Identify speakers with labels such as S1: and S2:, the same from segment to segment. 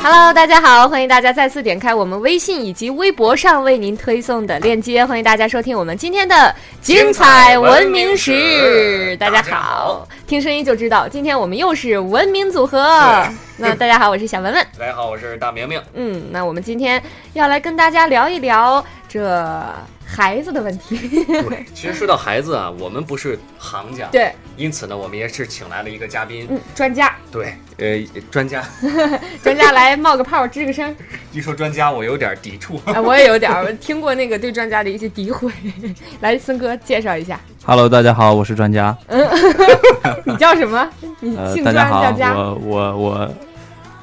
S1: Hello，大家好，欢迎大家再次点开我们微信以及微博上为您推送的链接，欢迎大家收听我们今天的精彩文明史。大家好，听声音就知道，今天我们又是文明组合。那大家好，我是小文文。
S2: 大家好，我是大明明。
S1: 嗯，那我们今天要来跟大家聊一聊这孩子的问 题。
S2: 对，其实说到孩子啊，我们不是行家，，
S1: 对，
S2: 因此呢，我们也是请来了一个嘉宾，
S1: 嗯，专家，
S2: 对，呃，专家。
S1: 专家来冒个泡，吱个 声。
S2: 一说专家，我有点抵触。
S1: 哎，我也有点儿听过那个对专家的一些诋毁。 来，森哥介绍一下，
S3: Hello，大家好，我是专家。
S1: 你叫什么？你
S3: 呃，
S1: 姓
S3: 大
S1: 专
S3: 家
S1: 叫
S3: 好，
S1: 啊家。
S3: 我我我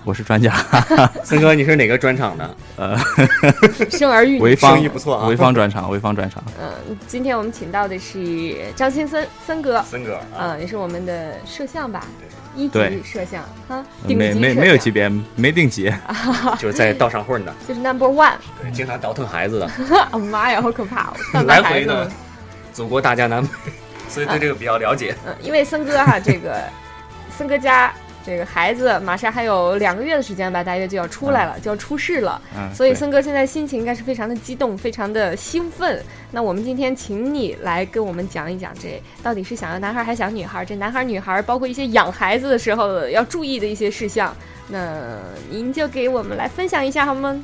S3: 我是专家，
S2: 森哥，你是哪个专场的？
S1: 生儿育
S3: 潍
S1: 女。
S3: 坊
S2: 生意不 错啊
S3: 潍坊专场，潍坊专 场。
S1: 嗯，今天我们请到的是张先森森哥，
S2: 森哥啊，
S1: 嗯，也是我们的摄像吧，一级
S3: 对呃
S1: 摄像哈，顶级
S3: 没没
S1: 摄
S3: 没有
S1: 像
S3: 级，别，没 定级。
S2: 就是在道上混的，
S1: 就是 number one。
S2: 对，经常倒腾孩子的，
S1: 啊妈呀，好可怕！哦！上
S2: 来
S1: 班孩
S2: 回
S1: 子啊
S2: 的
S1: 们，
S2: 祖国大江南北，所以对这个比较了解。
S1: 嗯，因为森哥哈，这个森哥家这个孩子马上还有两个月的时间吧，大约就要出
S3: 啊
S1: 来了，就要出世了。
S3: 嗯，
S1: 所以
S3: 对
S1: 森哥现在心情应该是非常的激动，非常的兴奋。那我们今天请你来跟我们讲一讲，这到底是想要男孩还是想女孩？这男孩女孩，包括一些养孩子的时候要注意的一些事项。那您就给我们来分享一下好吗？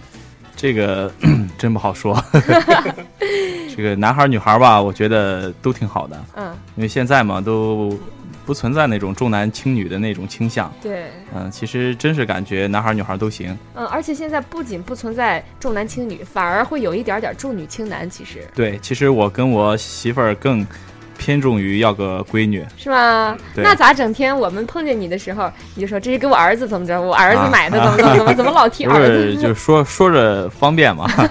S3: 这个 真不 好说。 这个男孩儿女孩儿吧，我觉得都挺好的，
S1: 嗯，
S3: 因为现在嘛，都不存在那种重男轻女的那种倾向。
S1: 对，
S3: 嗯，其实真是感觉男孩儿女孩儿都行。
S1: 嗯，而且现在不仅不存在重男轻女，反而会有一点点重女轻男，其实
S3: 对，其实我跟我媳妇儿更偏重于要个闺女。
S1: 是吗？
S3: 对
S1: 那咋整天我们碰见你的时候，你就说这是给我儿子怎么着，我儿子
S3: 啊
S1: 买的怎么怎么怎么，怎么老提
S3: 不
S1: 儿
S3: 是，
S1: 子？
S3: 就是说说着方便嘛。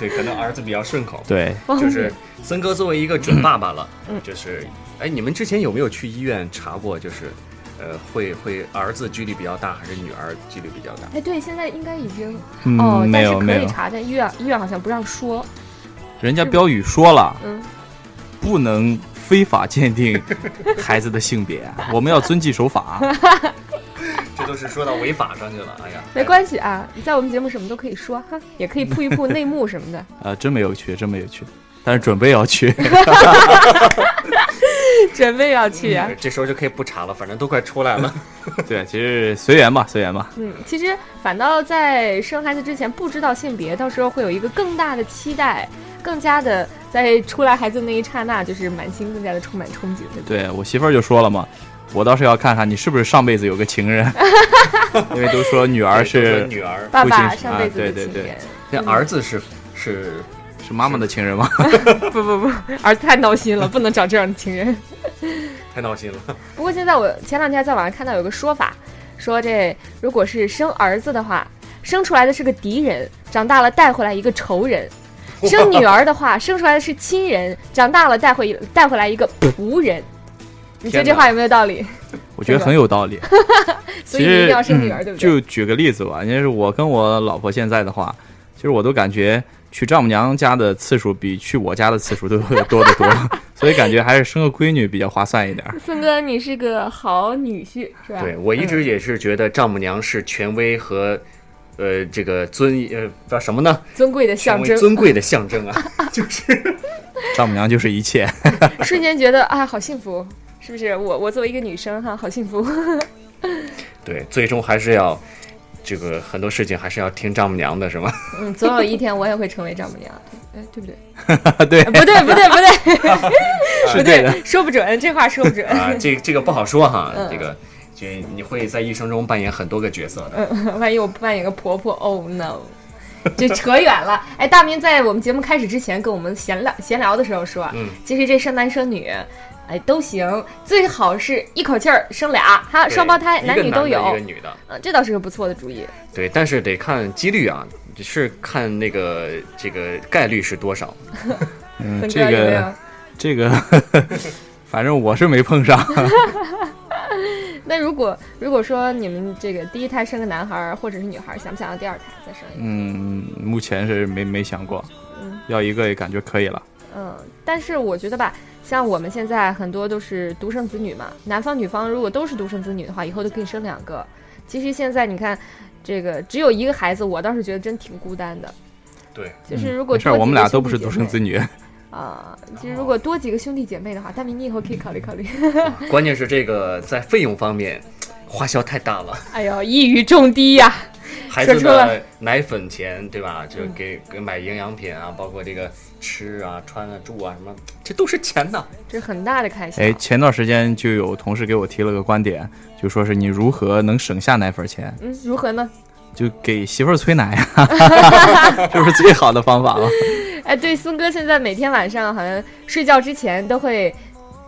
S2: 对，可能儿子比较顺口。
S3: 对，
S2: 就是森哥作为一个准爸爸了
S1: 嗯，
S2: 就是，哎，你们之前有没有去医院查过？就是，呃，会会儿子几率比较大，还是女儿几率比较大？
S1: 哎，对，现在应该已经
S3: 嗯，
S1: 哦，
S3: 没有
S1: 但是
S3: 没
S1: 可以
S3: 有，
S1: 查，但医院医院好像不让说。
S3: 人家
S1: 是
S3: 标语说了，
S1: 嗯，
S3: 不能非法鉴定 孩子的性别，我们要遵纪守法。
S2: 这都是说到违法上去了。哎呀，
S1: 没关系啊，你在我们节目什么都可以说哈，也可以铺一铺内幕什么的。
S3: 呃，真没有去，真没有去，但是准备要去。
S1: 准备要去啊
S2: 嗯，这时候就可以不查了，反正都快出来 了。
S3: 对，其实随缘吧，随缘吧。
S1: 嗯，其实反倒在生孩子之前不知道性别，到时候会有一个更大的期待，更加的在出来孩子那一刹那，就是满心更加的充满憧憬，对不对？
S3: 对我媳妇儿就说了嘛，我倒是要看看你是不是上辈子有个情人，因为都说女儿
S2: 都说
S3: 是
S2: 女儿，
S1: 爸爸
S3: 父亲
S1: 上辈子
S3: 啊
S1: 的
S3: 对对
S1: 情
S3: 对
S1: 人，
S2: 那 儿子是是
S3: 是妈妈的情人吗？
S1: 不不不，儿子太闹心了，不能找这样的情人。
S2: 太闹心了。
S1: 不过现在我前两天在网上看到有个说法，说这如果是生儿子的话，生出来的是个敌人，长大了带回来一个仇人；生女儿的话，生出来的是亲人，长大了带回带回来一个仆人。你觉得这
S2: 天哪
S1: 话有没有道理？
S3: 我觉得很有道理。
S1: 所
S3: 其
S1: 以你一定
S3: 实嗯
S1: 要生女儿，对不对？
S3: 就举个例子吧，因为是我跟我老婆现在的话，其实我都感觉去丈母娘家的次数比去我家的次数都多 得多，所以感觉还是生个闺女比较划算一点儿。
S1: 森哥，你是个好女婿，是 吧？
S2: 对我一直也是觉得丈母娘是权威和。呃，这个尊呃叫什么呢？
S1: 尊贵的象
S2: 权
S1: 征
S2: 威，尊贵的象征啊， 就是
S3: 丈母娘就是一切，
S1: 瞬间觉得啊，好幸福，是不是？我我作为一个女生哈，好幸福。
S2: 对，最终还是要这个很多事情还是要听丈母娘的，是吗？
S1: 嗯，总有一天我也会成为丈母娘，哎，对不 对？
S3: 对，
S1: 不对，不对，不对。
S3: 是对的。
S1: 说不准，这话说不准。
S2: 啊，这这个不好说哈
S1: 嗯，
S2: 这个就你会在一生中扮演很多个角色的。
S1: 万一我扮演个婆婆，Oh no，这扯远了。哎，大明在我们节目开始之前跟我们闲聊闲聊的时候说，啊
S2: 嗯
S1: 其实这生男生女，哎都行，最好是一口气儿生俩，
S2: 对
S1: 哈，啊双胞胎，
S2: 一个
S1: 男女都有
S2: 男的一个，女的。
S1: 嗯，这倒是个不错的主意。
S2: 对，但是得看几率啊，是看那个这个概率是多少。啊
S3: 嗯，
S1: 森哥
S3: 这
S1: 有没有
S3: 个？这个，反正我是没碰上。
S1: 那如果如果说你们这个第一胎生个男孩儿或者是女孩儿，想不想要第二胎再生一个？
S3: 嗯，目前是没没想过，
S1: 嗯
S3: 要一个也感觉可以了。
S1: 嗯，但是我觉得吧，像我们现在很多都是独生子女嘛，男方女方如果都是独生子女的话，以后都可以生两个。其实现在你看，这个只有一个孩子，我倒是觉得真挺孤单的。
S2: 对，
S1: 就是
S3: 嗯
S1: 如果
S3: 没事儿，
S1: 多几
S3: 我们
S1: 个
S3: 俩
S1: 兄
S3: 都
S1: 弟
S3: 不是
S1: 姐
S3: 独生
S1: 妹
S3: 子女，
S1: 啊、其实如果多几个兄弟姐妹的话，大明你以后可以考虑考虑。
S2: 关键是这个在费用方面花销太大了，
S1: 哎呦，一语中的呀、
S2: 孩子
S1: 说出来
S2: 的奶粉钱对吧？就给给买营养品啊，包括这个吃啊、穿啊、住啊什么，这都是钱呐。
S1: 这很大的开销。
S3: 哎，前段时间就有同事给我提了个观点，就说是你如何能省下奶粉钱，
S1: 嗯，如何呢？
S3: 就给媳妇儿催奶啊，这不是最好的方法吗？
S1: 哎，对，孙哥现在每天晚上好像睡觉之前都会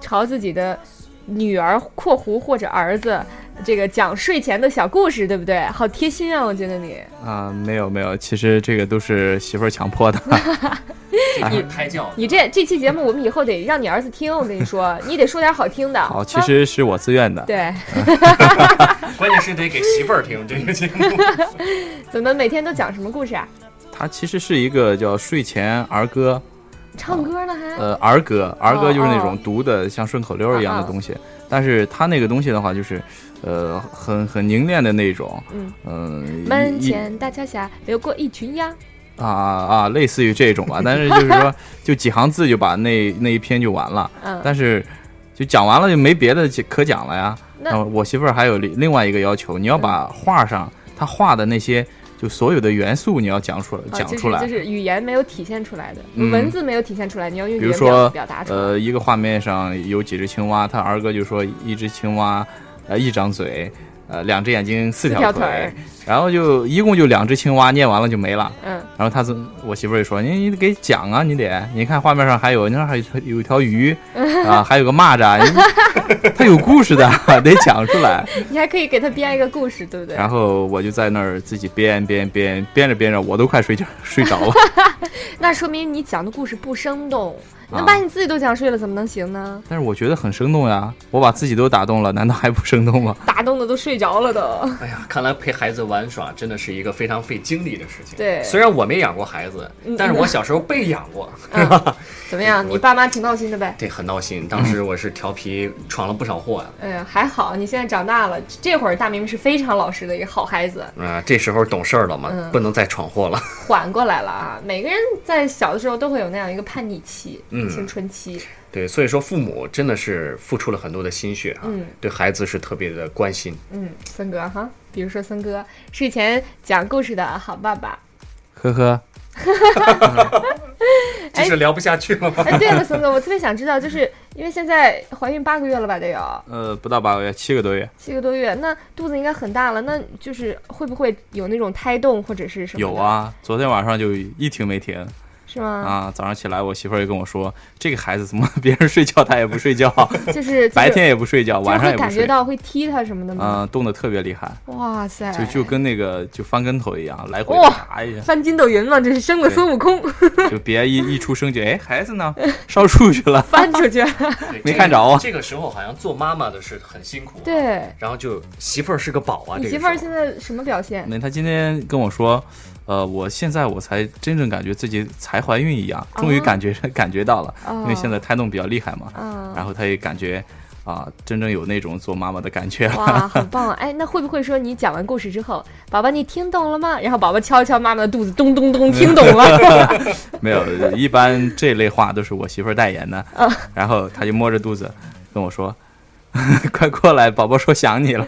S1: 朝自己的女儿（括弧或者儿子）这个讲睡前的小故事，对不对？好贴心啊，我觉得你。
S3: 啊、没有没有，其实这个都是媳妇儿强迫的。
S2: 这就是胎教。
S1: 你这这期节目我们以后得让你儿子听，我跟你说，你得说点好听的。
S3: 好，其
S1: 啊
S3: 实是我自愿的。
S1: 对，
S2: 关键是得给媳妇儿听这个节目。
S1: 怎么每天都讲什么故事啊？
S3: 它其实是一个叫睡前儿歌，
S1: 唱歌呢还？
S3: 呃，儿歌，儿歌就是那
S1: 哦
S3: 种读的像顺口溜儿一样
S1: 啊
S3: 的
S1: 啊
S3: 东西，但是它那个东西的话，就是，呃，很很凝练的那种，
S1: 嗯
S3: 嗯，
S1: 门
S3: 一一
S1: 前大桥下流过一群鸭。
S3: 啊啊，类似于这种吧，但是就是说，就几行字就把那那一篇就完了，
S1: 嗯，
S3: 但是就讲完了就没别的可讲了呀。
S1: 那
S3: 然后我媳妇儿还有另另外一个要求，你要把画上她画的那些就所有的元素你要讲出来，
S1: 啊
S3: 讲出来。
S1: 就是就是语言没有体现出来的，
S3: 嗯
S1: 文字没有体现出来，你要用语
S3: 比如
S1: 言
S3: 说
S1: 表表达，出来。
S3: 呃，一个画面上有几只青蛙，他儿歌就说一只青蛙，呃，一张嘴，呃，两只眼睛，四
S1: 四条
S3: 条
S1: 腿儿
S3: 然后就一共就两只青蛙，念完了就没了。
S1: 嗯，
S3: 然后他总我媳妇儿就说：“你你给讲啊，你得，你看画面上还有，你看还有有一条鱼啊，还有个蚂蚱，你 它有故事的， 得讲出来。
S1: 你还可以给他编一个故事，对不”对？
S2: 啊
S3: 然后我就在那儿自己编编编编着编着，我都快睡觉睡着 了。
S1: 那说明你讲的故事不生动，
S3: 啊
S1: 能把你自己都讲睡了，怎么能行呢？
S3: 但是我觉得很生动呀，我把自己都打动了，难道还不 生动吗？
S1: 打动的都睡着了 都。
S2: 哎呀，看来陪孩子玩耍真的是一个非常费精力的事情。
S1: 对
S2: 虽然我没养过孩子，但是我小时候被养过，
S1: 嗯，怎么样？
S2: 我
S1: 你爸妈挺闹心的呗？
S2: 这很闹心。当时我是调皮，闯了不少祸呀、啊。
S1: 嗯，还好你现在长大了，这会儿大明是非常老实的一个好孩子，
S2: 啊这时候懂事儿了嘛，
S1: 嗯
S2: 不能再闯祸了。
S1: 缓过来了啊。每个人在小的时候都会有那样一个叛逆期、
S2: 嗯
S1: 青春期，
S2: 对，所以说父母真的是付出了很多的心血啊，
S1: 嗯
S2: 对孩子是特别的关心。
S1: 嗯，森哥哈，比如说森哥睡前讲故事的好爸爸。
S3: 呵呵。
S1: 哎
S2: 这是聊不下去了吗？
S1: 哎，对了，森哥，我特别想知道，就是因为现在怀孕八个月了吧，得有
S3: 呃，不到八个月，七个多月
S1: 七个多月，那肚子应该很大了，那就是会不会有那种胎动或者是什么？
S3: 有，啊。昨天晚上就一停没停
S1: 是吗？
S3: 啊，早上起来我媳妇儿就跟我说，这个孩子怎么 别人睡觉他也不睡觉，
S1: 就是
S3: 白天也不睡觉，
S1: 就是
S3: 晚上
S1: 会
S3: 也不
S1: 感觉
S3: 睡，
S1: 到会踢他什么的
S3: 嗯、
S1: 吗？
S3: 冻得特别厉害，
S1: 哇塞，
S3: 就就跟那个就翻跟头一样，来回
S1: 哇
S3: 爬一下，
S1: 翻筋斗云嘛，这是生了孙悟空
S3: 就别一一出生就哎孩子呢烧树去 了，
S1: 翻出 去，
S2: 对
S3: 没
S2: 这
S3: 看
S2: 个
S3: 着啊
S2: 这个时候好像做妈妈的是很辛苦、啊。。
S1: 对。
S2: 然后就媳妇儿是个宝啊，这
S1: 你
S2: 个
S1: 媳妇儿
S2: 时
S1: 现
S2: 候
S1: 在什么表现？
S3: 那他今天跟我说。呃，我现在我才真正感觉自己才怀孕一样，终于
S1: 哦
S3: 感觉、感觉到了，因为
S1: 哦
S3: 现在胎动比较厉害嘛，
S1: 嗯，
S3: 然后他也感觉啊、真正有那种做妈妈的感觉了。
S1: 哇，好棒啊！哎，那会不会说你讲完故事之后，宝宝你听懂了吗？然后宝宝敲一敲妈妈的肚子，咚咚咚， 听懂了。
S3: 没有，一般这类话都是我媳妇儿代言的。
S1: 哦
S3: 然后她就摸着肚子跟我说：“ 快过来，宝宝说想你了。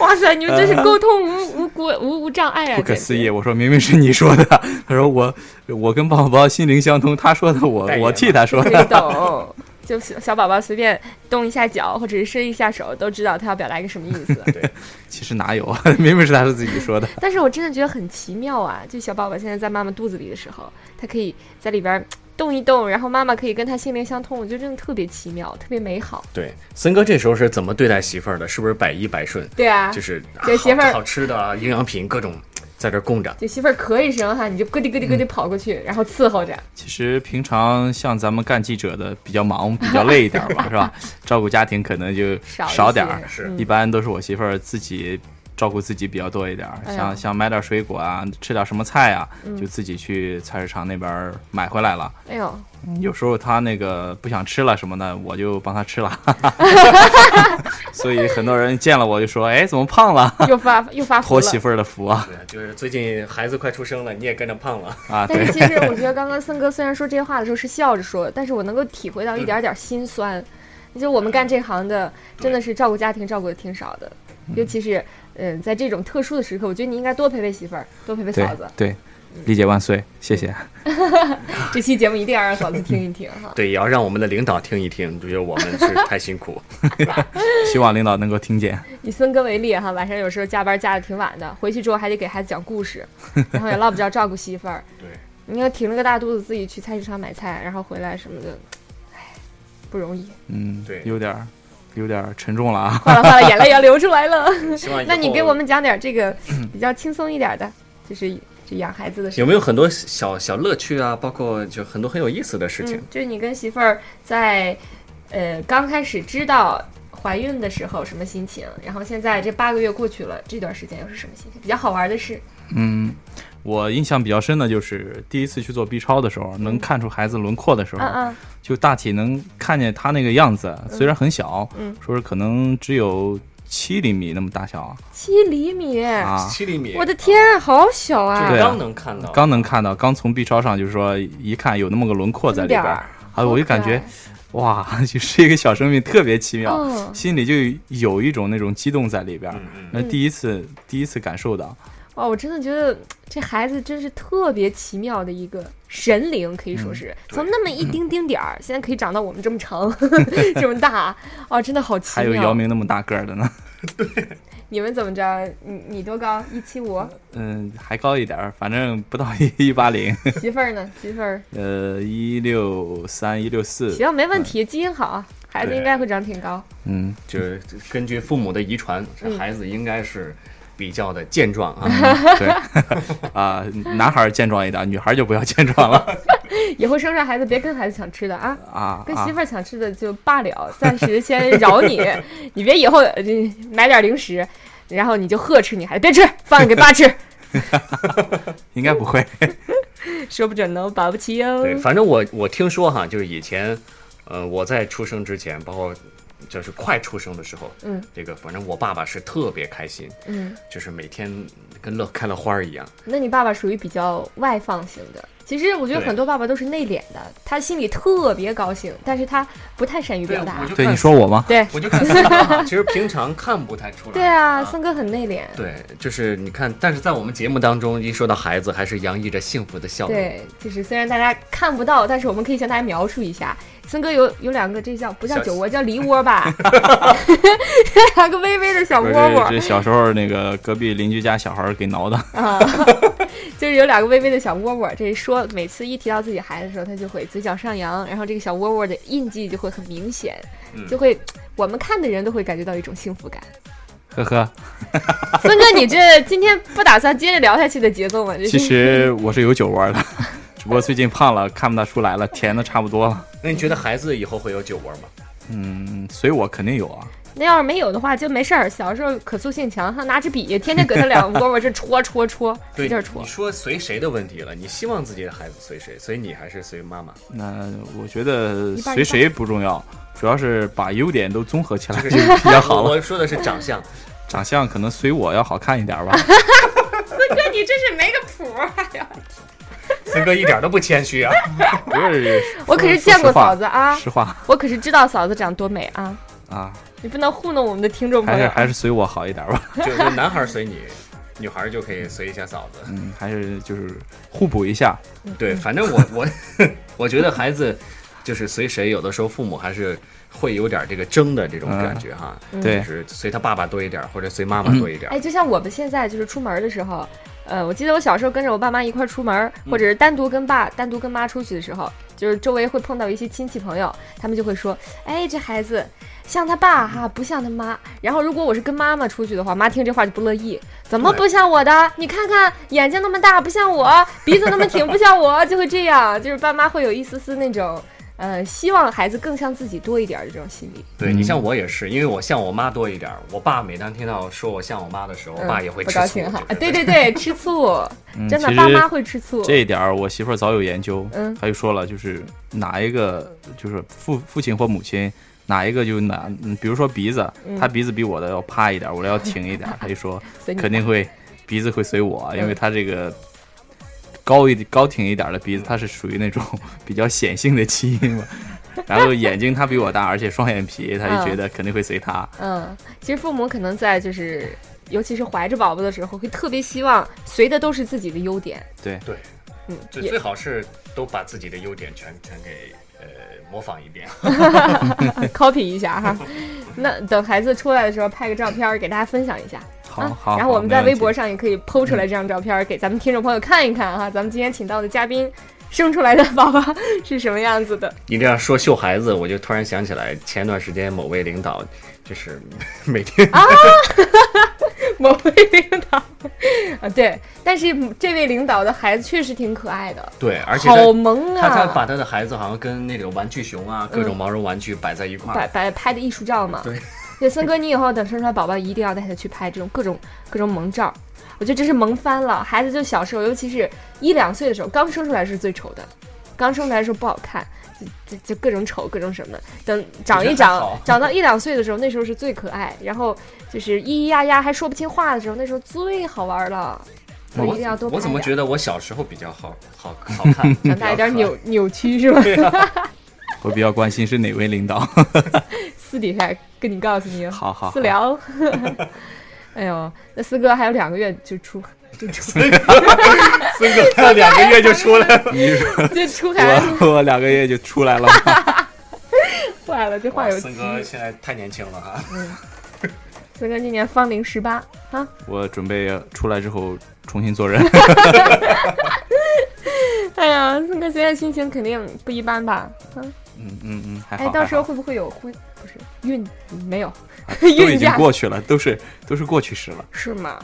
S1: 哇塞，你们真是沟通无无国无无障碍啊！”
S3: 不可
S1: 简直
S3: 思议！我说明明是你说的。 她说我我跟宝宝心灵相通，她说的我
S2: 代言
S3: 我替她说
S1: 可
S3: 的。
S1: 以懂，就小小宝宝随便动一下脚或者是伸一下手，都知道他要表达一个什么意思。
S3: 其实哪有啊？ 明明是她自己说的。
S1: 但是我真的觉得很奇妙啊！就小宝宝现在在妈妈肚子里的时候，他可以在里边儿动一动，然后妈妈可以跟他心灵相通，我觉得真的特别奇妙，特别美好。
S2: 对森哥这时候是怎么对待媳妇儿的？是不是百依百顺？
S1: 对啊，
S2: 就是
S1: 这
S2: 啊
S1: 媳妇儿
S2: 好好吃的啊，营养品各种在这儿供着。
S1: 就媳妇儿咳一声哈，你就咯滴咯滴咯滴跑过去，然后伺候着。
S3: 其实平常像咱们干记者的比较忙，比较累一点 吧，是吧？照顾家庭可能就
S1: 少一
S3: 少点儿
S1: 些，嗯
S2: 是
S3: 一般都是我媳妇儿自己照顾自己比较多一点儿，
S1: 哎呀嗯
S3: 像像买点水果啊，吃点什么菜啊，就自己去菜市场那边儿买回来了。
S1: 哎呦，
S3: 有时候她那个不想吃了什么的，我就帮 她吃了。所以很多人见了我就说：“哎，怎么胖 了
S1: 又发又发？”福
S3: 托
S1: 了。
S3: 媳妇儿的福啊
S2: 对，就是最近孩子快出生了，你也跟着胖了。
S3: 啊！
S1: 但
S3: 对
S1: 是，其实我觉 得刚刚森哥虽然说这些话的时候是笑着说的，但是我能够体会到一
S3: 嗯
S1: 点点心酸。就我们干这行的，真的是照顾家庭照顾的挺少的，尤其是嗯，在这种特殊的时刻，我觉得你应该多陪陪媳妇儿，多陪陪
S3: 对
S1: 嫂子。
S3: 对，理解万岁，谢谢。
S1: 这期节目一定要让嫂子听一听哈。
S2: 对，也要让我们的领导听一听，就是我们是太辛苦。
S3: 希望领导能够听见。
S1: 以森哥为例哈，晚上有时候加班加的挺晚的，回去之后还得给孩子讲故 事，然后也落不着照顾媳妇儿。
S2: 对，
S1: 你要挺着个大肚子自己去菜市场买菜，然后回来什么的，唉，不容 易。
S3: 嗯，
S2: 对
S3: 有点儿，有点儿沉重了啊。
S1: 哗啦哗啦，眼泪也流出来了。
S2: 希望以后
S1: 那你给我们讲点这个比较轻松一点的，就是这养孩子的事。
S2: 有没有很多小小乐趣啊？包括就很多很有意思的事情
S1: 嗯。，就是你跟媳妇儿在呃刚开始知道怀孕的时候什么心情，然后现在这八个月过去了，这段时间又是什么心情？比较好玩的事，
S3: 嗯，我印象比较深的就是第一次去做 B 超的时候，能看出孩子轮廓的时候，
S1: 嗯嗯，
S3: 就大体能看见他那个样子，虽然很小，
S1: 嗯
S3: 说是可能只有七厘米那么大小
S1: 七厘米，
S3: 啊。
S2: 嗯七厘米
S1: 我的天，好小
S2: 就
S1: 啊！
S2: 是
S3: 对啊
S2: 刚能看到，
S3: 刚能看到，刚从 B 超上就是说一看有那么个轮廓在里边
S1: 点
S3: 儿
S1: 儿，哦
S3: 啊，我就感觉哇， 就是一个小生命特别奇妙，
S1: 嗯
S3: 心里就有一种那种激动在里边儿。
S2: 嗯嗯，
S3: 那第一次第一次感受到，
S1: 哇，我真的觉得这孩子真是特别奇妙的一个神灵，可以
S3: 嗯
S1: 说是、从那么一丁丁点儿，现在可以长到我们这么长、 这么大， 哦，真的好奇
S3: 还有姚
S1: 妙。
S3: 明那么大个儿的呢。
S1: 你们怎么着？你你多高？一 七五？
S3: 嗯，还高一点儿，反正不到一 一八零，
S1: 媳妇儿呢？媳妇儿
S3: 呃，一六三一六四，
S1: 行，没问题，基因好，啊孩
S2: 嗯
S1: 子
S2: 对
S1: 应该会长挺高。
S3: 嗯，
S2: 就是根据父母的遗传，这
S1: 嗯
S2: 孩子应该是比较的健壮啊。
S3: 对， 啊、男孩儿健壮一点，女孩儿就不要健壮了
S1: 以后生出来孩子别跟孩子抢吃的啊。
S3: 啊
S1: 跟
S3: 啊
S1: 媳妇儿想吃的就罢了，暂时先饶 你，你别以后呃这买点零食，然后你就呵斥你孩子别吃，饭给 爸吃，
S3: 应该不会，
S1: 说不准能保不齐哦。
S2: 对，反正我我听说哈，就是以前，呃，我在出生之前，包括就是快出生的时候，
S1: 嗯，
S2: 这个反正我爸爸是特别开心，
S1: 嗯，
S2: 就是每天跟乐开了花儿一样。
S1: 那你爸爸属于比较外放型的。其实我觉得
S2: 对
S1: 很多爸爸都是内敛的，他心里特别高兴，但是他不太善于表达。
S3: 对，你说我吗？
S1: 对
S2: 我就看 森哥，其实平常看不太出来。
S1: 对啊，森哥很内敛。
S2: 对，就是你看，但是在我们节目当中，一说到孩子，还是洋溢着幸福的笑容。
S1: 对，就是虽然大家看不到，但是我们可以向大家描述一下，森哥有有两个，这叫不叫
S2: 小
S1: 酒窝，叫梨 窝吧，两个微微的 小
S3: 不
S1: 窝
S3: 是
S1: 窝，
S3: 这小时候那个隔壁邻居家小孩儿给挠的，
S1: 啊，就是有两个微微的小窝窝。这一说每次一提到自己孩子的时候，他就会嘴角上扬，然后这个小窝窝的印记就会很明显，
S2: 嗯
S1: 就会我们看的人都会感觉到一种幸福感。
S3: 呵呵。
S1: 孙哥，你这今天不打算接着聊下去的节奏吗？这是
S3: 其实我是有酒窝儿的， 只不过最近胖了，看不大出来了，甜的差不多了。
S2: 那你觉得孩子以后会有酒窝吗？
S3: 嗯，所以我肯定有啊。
S1: 那要是没有的话就没事儿。小时候可塑性强，他拿支笔天天搁他两个窝窝这戳戳戳，使
S2: 对，
S1: 劲儿戳
S2: 你。说随谁的问题了？你希望自己的孩子随谁？所以你还是随妈妈。
S3: 那我觉得
S1: 一半儿一半儿
S3: 随谁不重要，主要是把优点都综合起来就比较好 了。
S2: 我说的是长相，
S3: 长相可能随我要好看一点 吧。
S1: 孙哥， 你真是没个谱儿、哎呀
S2: 森哥一点都不谦虚 啊。
S3: 不是，
S1: 我可是见过嫂子啊，
S3: 实话
S1: 我可是知道嫂子长多美啊！
S3: 啊，
S1: 你不能糊弄我们的听众朋
S3: 还
S1: 友
S3: 是
S1: 啊。
S3: 还是随我好一点吧。
S2: 就是男孩儿随你，女孩儿就可以随一下嫂子。
S3: 嗯，还是就是互补一下。
S1: 嗯
S2: 对，反正我 我我觉得孩子就是随谁，有的时候父母还是会有点这个争的这种感觉哈。就
S1: 嗯
S3: 对，
S2: 是随他爸爸多一点儿，或者随妈妈多一点儿。
S1: 哎，就像我们现在就是出门的时候，
S2: 嗯
S1: 呃，我记得我小时候跟着我爸妈一块儿出门，或者是单独跟爸、单独跟妈出去的时候，就是周围会碰到一些亲戚朋友，他们就会说，哎，这孩子像他爸哈，不像他妈。然后如果我是跟妈妈出去的话，妈听这话就不乐意，怎么不像我的？你看看眼睛那么大，不像我；鼻子那么挺，不像我，就会这样。就是爸妈会有一丝丝那种。呃，希望孩子更像自己多一点儿的这种心理。
S2: 对你像我也是，因为我像我妈多一点儿。我爸每当听到说我像我妈的时候，我爸也会
S1: 不
S2: 吃
S1: 高
S2: 醋
S1: 兴哈
S2: 就，
S1: 啊
S2: 是
S1: 对对对，吃醋，真的
S3: 嗯其，实
S1: 爸妈会吃醋。
S3: 这一点儿我媳妇儿早有研究，
S1: 嗯
S3: 她就说了，就是哪一个就是父父亲或母亲哪一个就哪，嗯比如说鼻子，她鼻子比我的要趴一点儿，我的要挺一点 儿，她就说
S1: 随哎你
S3: 肯定会鼻子会随我，因为她这个。高一高挺一点儿的鼻子，它是属于那种 比较显性的基因 嘛。然后眼睛它比我大，而且双眼皮，她就觉得肯定会随她。
S1: 嗯，其实父母可能在就是，尤其是怀着宝宝的时候，会特别希望随的都是自己的优点。
S3: 对，
S2: 对，
S1: 嗯，
S2: 就
S1: 也
S2: 最好是都把自己的优点全全给呃模仿一遍。
S1: copy 一下哈。 那等孩子出来的时候，拍个照片儿给大家分享一下。
S3: 好
S1: 啊
S3: 哦好。
S1: 然后
S3: 好
S1: 我们在微博，
S3: 没问题嗯
S1: 上也可以剖出来这张照片儿，给咱们听众朋友看一看哈、咱们今天请到的嘉宾生出来的宝 宝是什么样子的？
S2: 你这样说秀孩子，我就突然想起来，前段时间某位领导就是 每天
S1: 某位领导 啊，对，但是这位领导的孩子确实挺可爱的，
S2: 对，而且
S1: 好
S2: 他
S1: 萌
S2: 他他
S1: 啊！
S2: 把他的孩子好像跟那种玩具熊啊，各种毛绒玩具摆在一块
S1: 摆
S2: 儿。
S1: 摆拍的艺术照嘛。
S2: 啊对，
S1: 对，森哥，你以后等生出来宝宝，一定要带他去拍这种各种各种萌照。我觉得这是萌翻了，孩子就小时候，尤其是一两岁的时候，刚生出来是最丑的，刚生出来的时候不好看，就就就各种丑，各种什么的。等长一
S2: 我觉得还
S1: 长
S2: 好，
S1: 长到一两岁的时候，那时候是最可爱，然后就是咿咿呀呀还说不清话的时候，那时候最好玩了。所以一定要多
S2: 我
S1: 拍
S2: 我怎么
S1: 点
S2: 觉得我小时候比较好好好 看，
S1: 长大有点扭扭曲是吧？
S3: 我比较关心是哪位 领导。
S1: 私底下跟你告诉你，
S3: 好好好
S1: 私聊。哎呦，那四哥还有两个月就出
S2: 孙哥还有两个月就出来 了。
S3: 你说
S1: 就出孩子
S3: 我我两个月就出来了。
S1: 出来了，这话
S2: 哇
S1: 有
S2: 孙哥现在太年轻了哈，
S1: 四哥今年芳龄十八啊，
S3: 我准备出来之后重新做 人。
S1: 哎呀，四哥现在心情肯定不一般吧？啊，
S3: 嗯嗯嗯，还好。
S1: 哎，到
S3: 还
S1: 时候
S3: 好
S1: 会不会有婚？不是孕没有
S3: 都已
S1: 孕
S3: 经
S1: 假
S3: 过去了，都是都是过去式了。
S1: 是吗？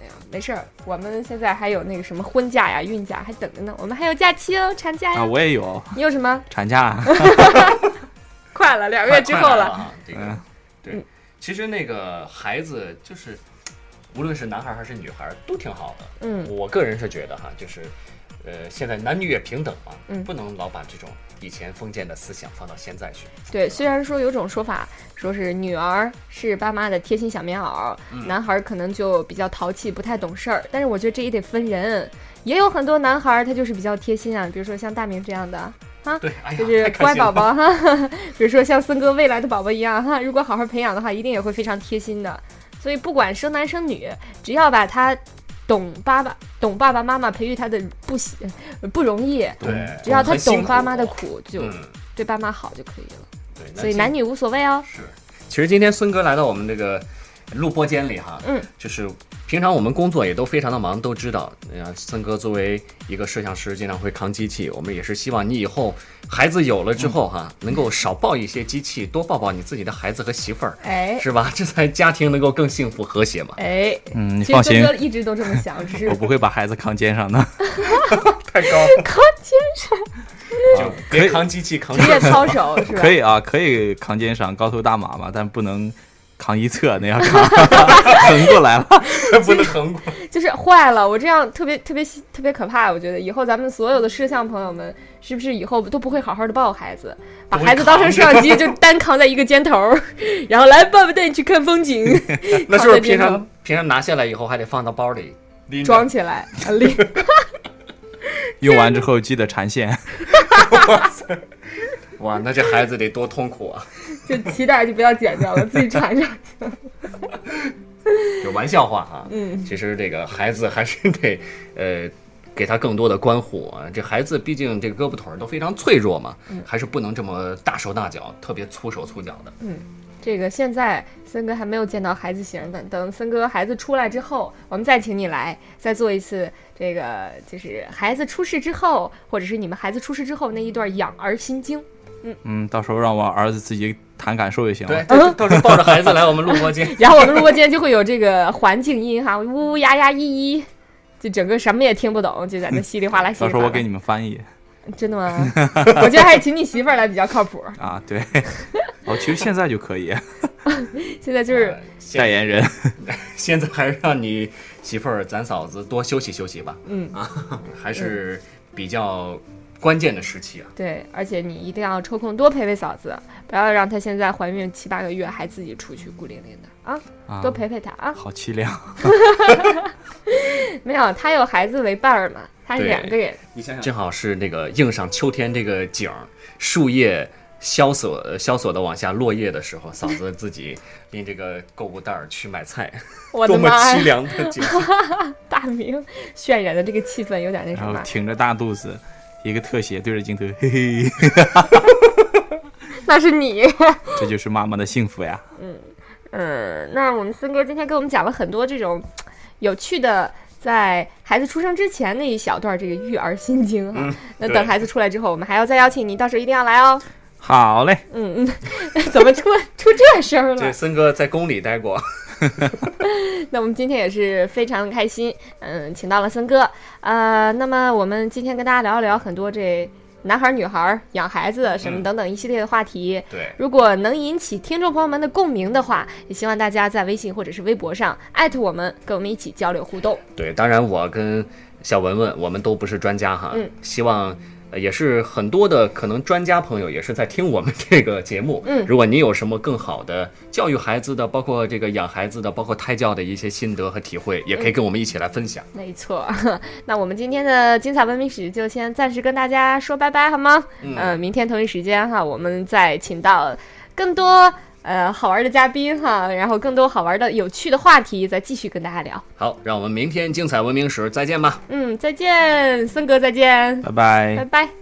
S1: 哎呀，没事儿，我们现在还有那个什么婚假呀、孕假还等着呢，我们还有假期哦，产假
S3: 啊，
S1: 呀。
S3: 我也有
S1: 你有什么？
S3: 产假，啊
S1: 快了，两个
S2: 快
S1: 月之后
S2: 快来
S1: 了。
S2: 啊，这个
S3: 嗯
S2: 对，其实那个孩子就是，无论是男孩还是女孩都挺好的。
S1: 嗯
S2: 我个人是觉得哈，就是，呃，现在男女也平等嘛，
S1: 嗯
S2: 不能老把这种以前封建的思想放到现在去。
S1: 对，虽然说有种说法说是女儿是爸妈的贴心小棉袄，
S2: 嗯
S1: 男孩儿可能就比较淘气，不太懂事儿。但是我觉得这也得分人，也有很多男孩儿他就是比较贴心啊，比如说像大明这样的，
S2: 对，哎呀，
S1: 就是
S2: 太开
S1: 乖
S2: 心了
S1: 宝。宝哈。 比如说像森哥未来的宝宝一样哈，如果好好培养的话，一定也会非常贴心的。所以不管生男生女，只要把他懂爸爸、懂爸爸妈妈培育他的不喜呃不容易，
S2: 对，
S1: 只要他
S2: 很辛
S1: 懂
S2: 苦
S1: 爸妈的，苦，就
S2: 嗯，
S1: 对爸妈好就可以了。
S2: 对，
S1: 所以男
S2: 女
S1: 女无所谓哦。
S2: 是。其实今天孙哥来到我们这个录播间里哈，
S1: 嗯，
S2: 就是平常我们工作也都非常的忙，都知道。呃，孙哥作为一个摄像师，经常会扛机器，我们也是希望你以后孩子有了之后哈，能够少抱一些机器，多抱抱你自己的孩子和媳妇儿，
S1: 哎，
S2: 是吧？这才家庭能够更幸福和谐嘛。
S1: 哎，
S3: 嗯，你
S1: 其实
S3: 放
S1: 森
S3: 心
S1: 哥，一直都这么想，只是
S3: 我不会把孩子扛肩 上的。
S2: 太高，
S1: 靠肩上，
S2: 就
S3: 可以
S2: 别扛机器，扛
S1: 职业操守是吧？
S3: 可以啊，可以扛肩上，高头大马嘛，但不能扛一侧，那样 扛横过来了。
S2: 不能横过。
S1: 就是坏了，我这样特别特别特别可怕。我觉得以后咱们所有的摄像朋友们，是不是以后都不会好好的抱孩子，把孩子当成摄像机，就单扛在一个肩头儿，然后来爸爸带你去看风景，
S2: 那是不是
S1: 靠在
S2: 平
S1: 肩头
S2: 常平常拿下来以后还得放到包里拎着
S1: 装起来，啊拎
S3: 用完之后记得缠线。
S2: 哇，那这孩子得多痛苦啊！
S1: 就脐带就不要剪掉了，自己缠上。
S2: 就玩笑话啊，
S1: 嗯，
S2: 其实这个孩子还是得，呃，给他更多的关护啊。这孩子毕竟这个胳
S1: 嗯
S2: 膊腿儿都非常脆弱嘛，还是不能这么大手大脚，特别粗手粗脚的。
S1: 这个现在森哥还没有见到孩子型的，等森哥孩子出来之后，我们再请你来，再做一次这个，就是孩子出世之后，或者是你们孩子出世之后那一段养儿心经。，
S3: 嗯，到时候让我儿子自己谈感受就行
S2: 对
S3: 了。，
S2: 到到时候抱着孩子来我们录播间
S1: 然后我们录播间就会有这个环境音哈，呜呜呀呀咿咿，就整个什么也听不懂，就在那稀里哗啦稀
S3: 到
S1: 里
S3: 时
S1: 哗
S3: 候
S1: 啦。
S3: 我给你们翻译
S1: 真的吗？我觉得还是请你媳妇儿来比较靠谱。
S3: 啊，对。 哦，其实现在就可以，
S1: 现 在就是
S2: 啊
S3: 代言人
S2: 现呃在还是让你媳妇儿、咱嫂子多休息休息吧，
S1: 嗯，
S2: 还是比较关键的时期啊。
S1: 对，而且你一定要抽空多陪陪嫂子，不要让她现在怀孕七八个月还自己出去孤零零的啊，
S3: 啊
S1: 多，陪陪她啊。
S3: 好凄凉。
S1: 没有，她有孩子为伴儿嘛，她是
S2: 对
S1: 两个人，
S3: 你想
S2: 正好是那个映上秋天这个景儿，树叶萧索萧索的往下落叶的时候，嫂子自己拎这个购物袋儿去买菜，
S1: 我
S2: 多
S1: 的
S2: 么
S1: 妈
S2: 凄
S1: 呀！
S2: 凉的 景象！
S1: 大明渲染的这个气氛有点那什
S3: 然后
S1: 么，
S3: 挺着大肚子，一个特写对着镜头，嘿嘿，
S1: 那是你。
S3: 这就是妈妈的幸福呀。
S1: 嗯，那我们森哥今天给我们讲了很多这种有趣的，在孩子出生之前那一小段这个育儿心经哈、那
S2: 嗯对
S1: 等孩子出来之后，我们还要再邀请你，到时候一定要来哦。
S3: 好嘞，
S1: 嗯嗯，怎么出出这声儿
S2: 这
S1: 了？
S2: 森哥在宫里待过，
S1: 那我们今天也是非常开心，嗯，请到了森哥。呃，那么我们今天跟大家聊一聊很多这男孩儿、女孩儿养孩子什么等等一系列的话题。
S2: 对，
S1: 如果能引起听众朋友们的共鸣的话，也希望大家在微信或者是微博上艾特我们，跟我们一起交流互动。
S2: 对，当然我跟小文文，我们都不是专家哈，
S1: 嗯
S2: 希望。呃也是很多的可能专家朋友也是在听我们这个节目。嗯，如果你有什么更好的教育孩子的，包括这个养孩子的，包括胎教的一些心得和体会，也可
S1: 嗯
S2: 以跟我们一起来分享。
S1: 没错， 那我们今天的精彩文明史就先暂时跟大家说拜拜，好吗？嗯、呃，明天同一时间哈，我们再请到更多呃好玩的嘉宾哈，然后更多好玩的、有趣的话题，再继续跟大家聊。
S2: 好，让我们明天精彩文明史再见吧。
S1: 嗯，再见，森哥，再见，
S3: 拜拜
S1: 拜。拜。